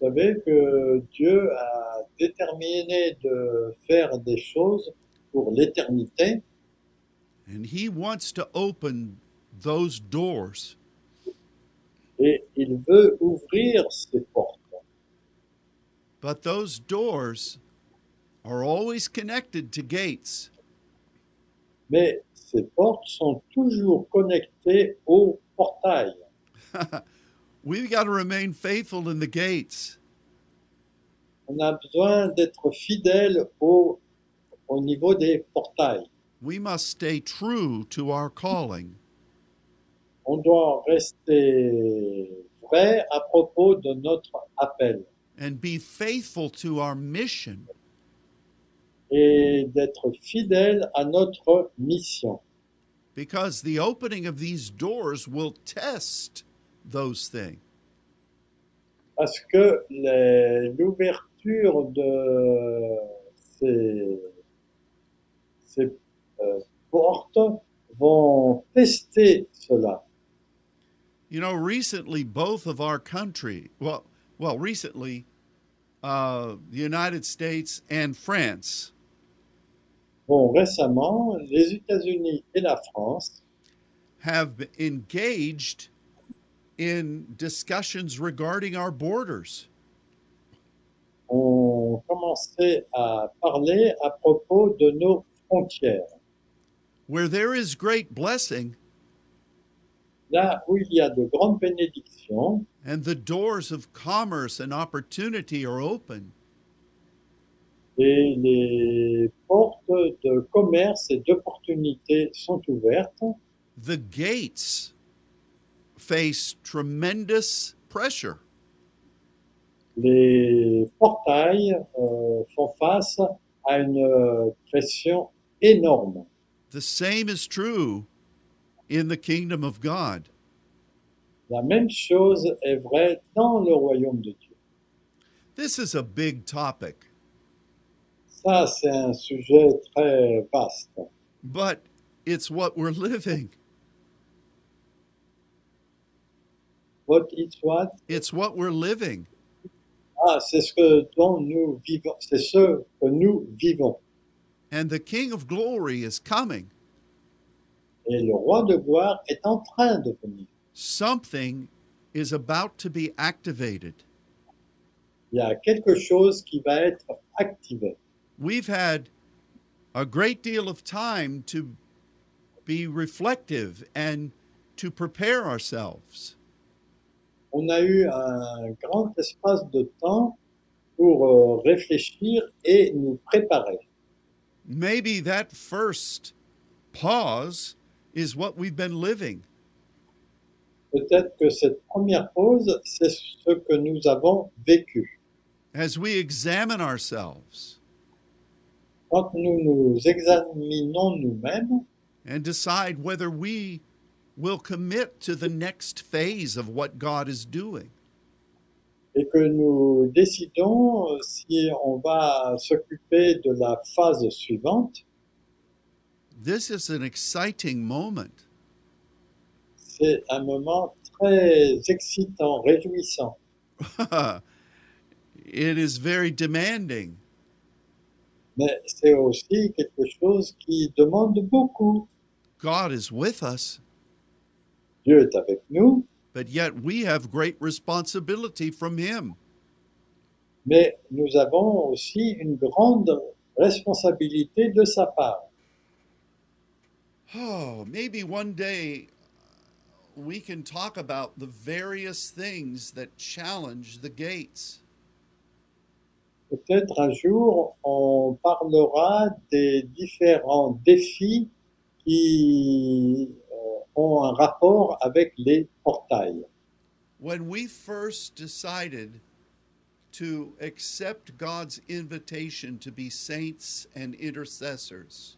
S2: Vous savez que Dieu a déterminé de faire des choses pour l'éternité
S1: and he wants to open those doors.
S2: et il veut ouvrir ses portes.
S1: But those doors are always connected to gates.
S2: Mais ces portes sont toujours connectées au portail.
S1: We've got to remain faithful in the gates.
S2: On a besoin d'être fidèle au, au niveau des portails.
S1: We must stay true to our calling.
S2: On doit rester vrai à propos de notre appel
S1: and be faithful to our mission.
S2: et d'être fidèle à notre mission.
S1: Because the opening of these doors will test those things.
S2: parce que les- l'ouverture de ces ces euh, portes vont tester cela.
S1: You know, recently, both of our country, well, well, recently, uh, the United States and France
S2: Bon, récemment, les États-Unis et la France
S1: have been engaged in discussions regarding our borders.
S2: ont commencé à parler à propos de nos frontières.
S1: Where there is great blessing
S2: Là où il y a de grandes bénédictions
S1: and the doors of commerce and opportunity are open,
S2: et les portes de commerce et d'opportunités sont ouvertes,
S1: the gates face tremendous pressure.
S2: les portails euh, font face à une euh, pression énorme.
S1: The same is true in the kingdom of God.
S2: La même chose est vraie dans le royaume de Dieu.
S1: This is a big topic,
S2: Ça, c'est un sujet très vaste,
S1: but it's what we're living.
S2: what it what.
S1: It's what we're living.
S2: Ah, c'est ce que dont nous vivons, c'est ce que nous vivons.
S1: And the King of Glory is coming.
S2: Et le roi de gloire est en train de venir.
S1: Something is about to be activated.
S2: Il y a quelque chose qui va être activé.
S1: We've had a great deal of time to be reflective and to prepare ourselves.
S2: On a eu un grand espace de temps pour euh, réfléchir et nous préparer.
S1: Maybe that first pause is what we've been living.
S2: Peut-être que cette première pause, c'est ce que nous avons vécu.
S1: As we examine ourselves
S2: Quand nous nous examinons nous-mêmes
S1: and decide whether we will commit to the next phase of what God is doing.
S2: et que nous décidons euh, si on va s'occuper de la phase suivante,
S1: This is an exciting moment.
S2: c'est un moment très excitant, réjouissant.
S1: it is very demanding.
S2: Mais c'est aussi quelque chose qui demande beaucoup.
S1: God is with us,
S2: Dieu est avec nous,
S1: but yet we have great responsibility from Him.
S2: mais nous avons aussi une grande responsabilité de sa part.
S1: Oh, maybe one day we can talk about the various things that challenge the gates.
S2: Peut-être un jour, on parlera des différents défis qui euh, ont un rapport avec les portails.
S1: When we first decided to accept God's invitation to be saints and intercessors,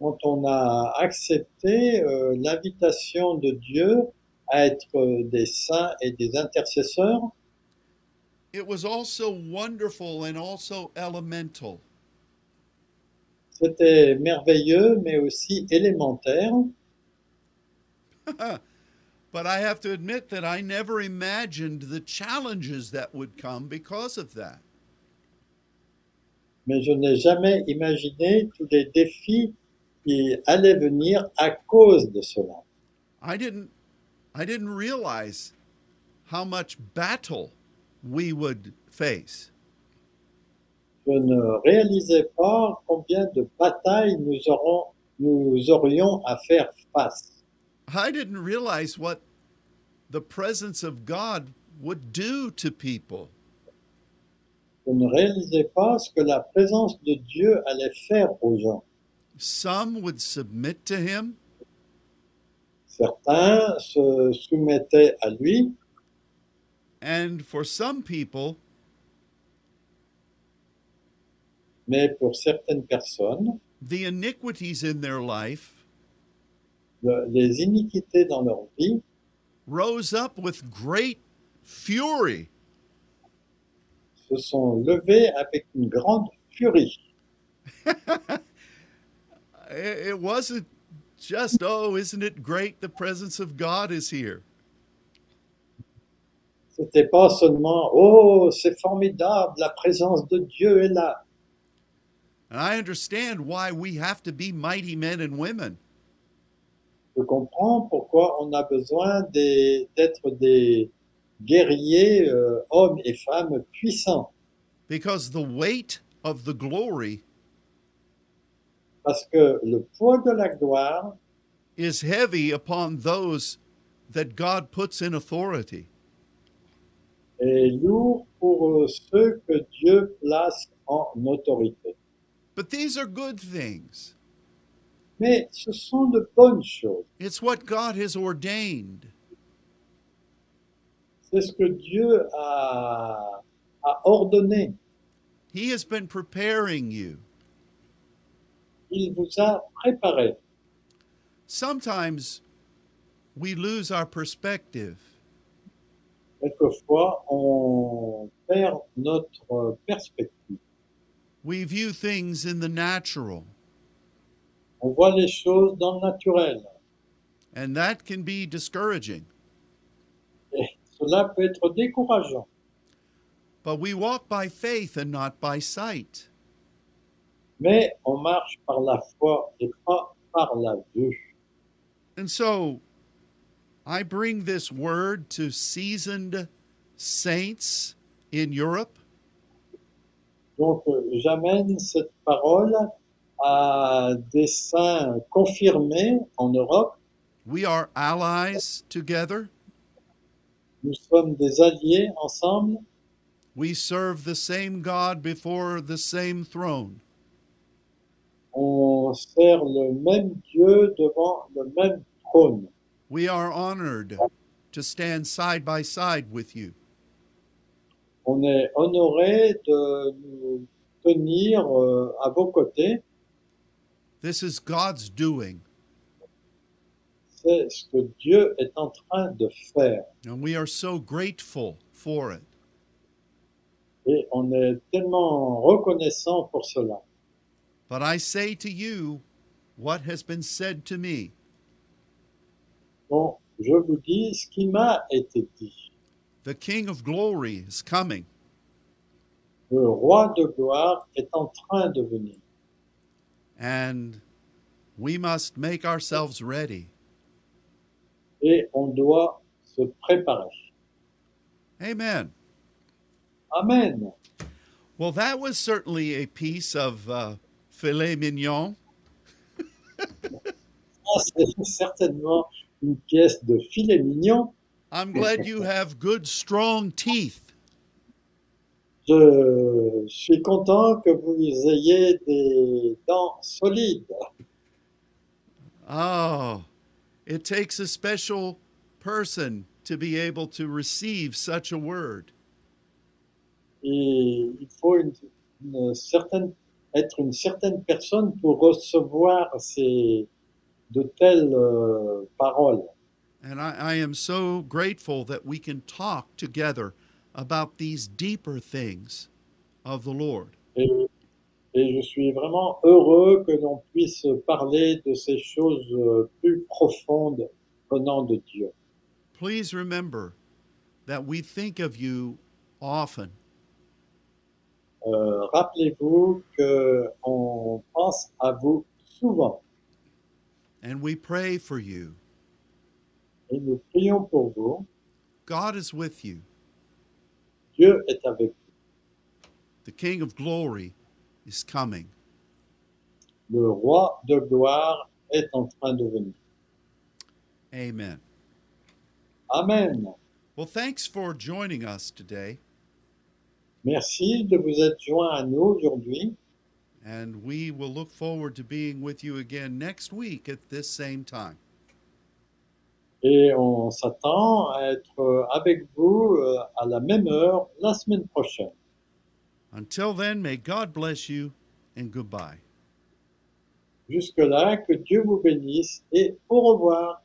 S2: Quand on a accepté euh, l'invitation de Dieu à être euh, des saints et des intercesseurs,
S1: it was also wonderful and also elemental.
S2: C'était merveilleux, mais aussi élémentaire.
S1: But I have to admit that I never imagined the challenges that would come because of that.
S2: Mais je n'ai jamais imaginé tous les défis qui allaient venir à cause de cela.
S1: I didn't I didn't realize how much battle we would face.
S2: Je ne réalisais pas combien de batailles nous, aurons, nous aurions à faire face.
S1: I didn't realize what the presence of God would do to people.
S2: Je ne réalisais pas ce que la présence de Dieu allait faire aux gens.
S1: Some would submit to him,
S2: Certains se soumettaient à lui,
S1: and for some people,
S2: mais pour certaines personnes,
S1: the iniquities in their life
S2: le- les iniquités dans leur vie
S1: rose up with great fury.
S2: se sont levés avec une grande furie.
S1: it, it wasn't just, oh, isn't it great the presence of God is here?
S2: C'était pas seulement oh c'est formidable la présence de Dieu est là.
S1: And I understand why we have to be mighty men and women.
S2: Je comprends pourquoi on a besoin des- d'être des guerriers euh, hommes et femmes puissants
S1: because the weight of the glory
S2: parce que le poids de la gloire
S1: is heavy upon those that God puts in authority.
S2: est lourd pour euh, ceux que Dieu place en autorité.
S1: But these are good things.
S2: Mais ce sont de bonnes choses.
S1: It's what God has ordained.
S2: C'est ce que Dieu a, a ordonné.
S1: He has been preparing you.
S2: Il vous a préparé.
S1: Sometimes we lose our perspective.
S2: Quelquefois, on perd notre euh, perspective.
S1: We view things in the natural,
S2: On voit les choses dans le naturel.
S1: and that can be discouraging.
S2: Et cela peut être décourageant.
S1: But we walk by faith and not by sight.
S2: Mais on marche par la foi et pas par la vue.
S1: And so I bring this word to seasoned saints in Europe
S2: Donc, euh, j'amène cette parole à des saints confirmés en Europe.
S1: We are allies together.
S2: Nous sommes des alliés ensemble.
S1: We serve the same God before the same throne.
S2: On sert le même Dieu devant le même trône.
S1: We are honored to stand side by side with you.
S2: On est honoré de nous tenir euh, à vos côtés.
S1: This is God's doing,
S2: C'est ce que Dieu est en train de faire.
S1: and we are so grateful for it.
S2: Et on est tellement reconnaissant pour cela.
S1: But I say to you what has been said to me
S2: Bon, je vous dis ce qui m'a été dit.
S1: the King of glory is coming.
S2: Le roi de gloire est en train de venir.
S1: And we must make ourselves ready.
S2: Et on doit se préparer.
S1: Amen.
S2: Amen.
S1: Well, that was certainly a piece of uh, filet mignon.
S2: Ah, C'est certainement une pièce de filet mignon.
S1: I'm glad you have good, strong teeth.
S2: Je suis content que vous ayez des dents solides.
S1: Oh, it takes a special person to be able to receive such a word.
S2: Et il faut une, une certaine, être une certaine personne pour recevoir ces, de telles euh, paroles.
S1: And I, I am so grateful that we can talk together about these deeper things of the Lord.
S2: Et, et je suis vraiment heureux que l'on puisse parler de ces choses euh, plus profondes venant de Dieu.
S1: Please remember that we think of you often.
S2: Euh, Rappelez-vous que on pense à vous souvent
S1: and we pray for you.
S2: et nous prions pour vous.
S1: God is with you.
S2: Dieu est avec vous.
S1: The King of glory is coming.
S2: Le roi de gloire est en train de venir.
S1: Amen.
S2: Amen.
S1: Well, thanks for joining us today,
S2: Merci de vous être joint à nous aujourd'hui
S1: and we will look forward to being with you again next week at this same time.
S2: et on s'attend à être avec vous euh, à la même heure la semaine prochaine.
S1: Until then, may God bless you and goodbye.
S2: Jusque-là, que Dieu vous bénisse et au revoir.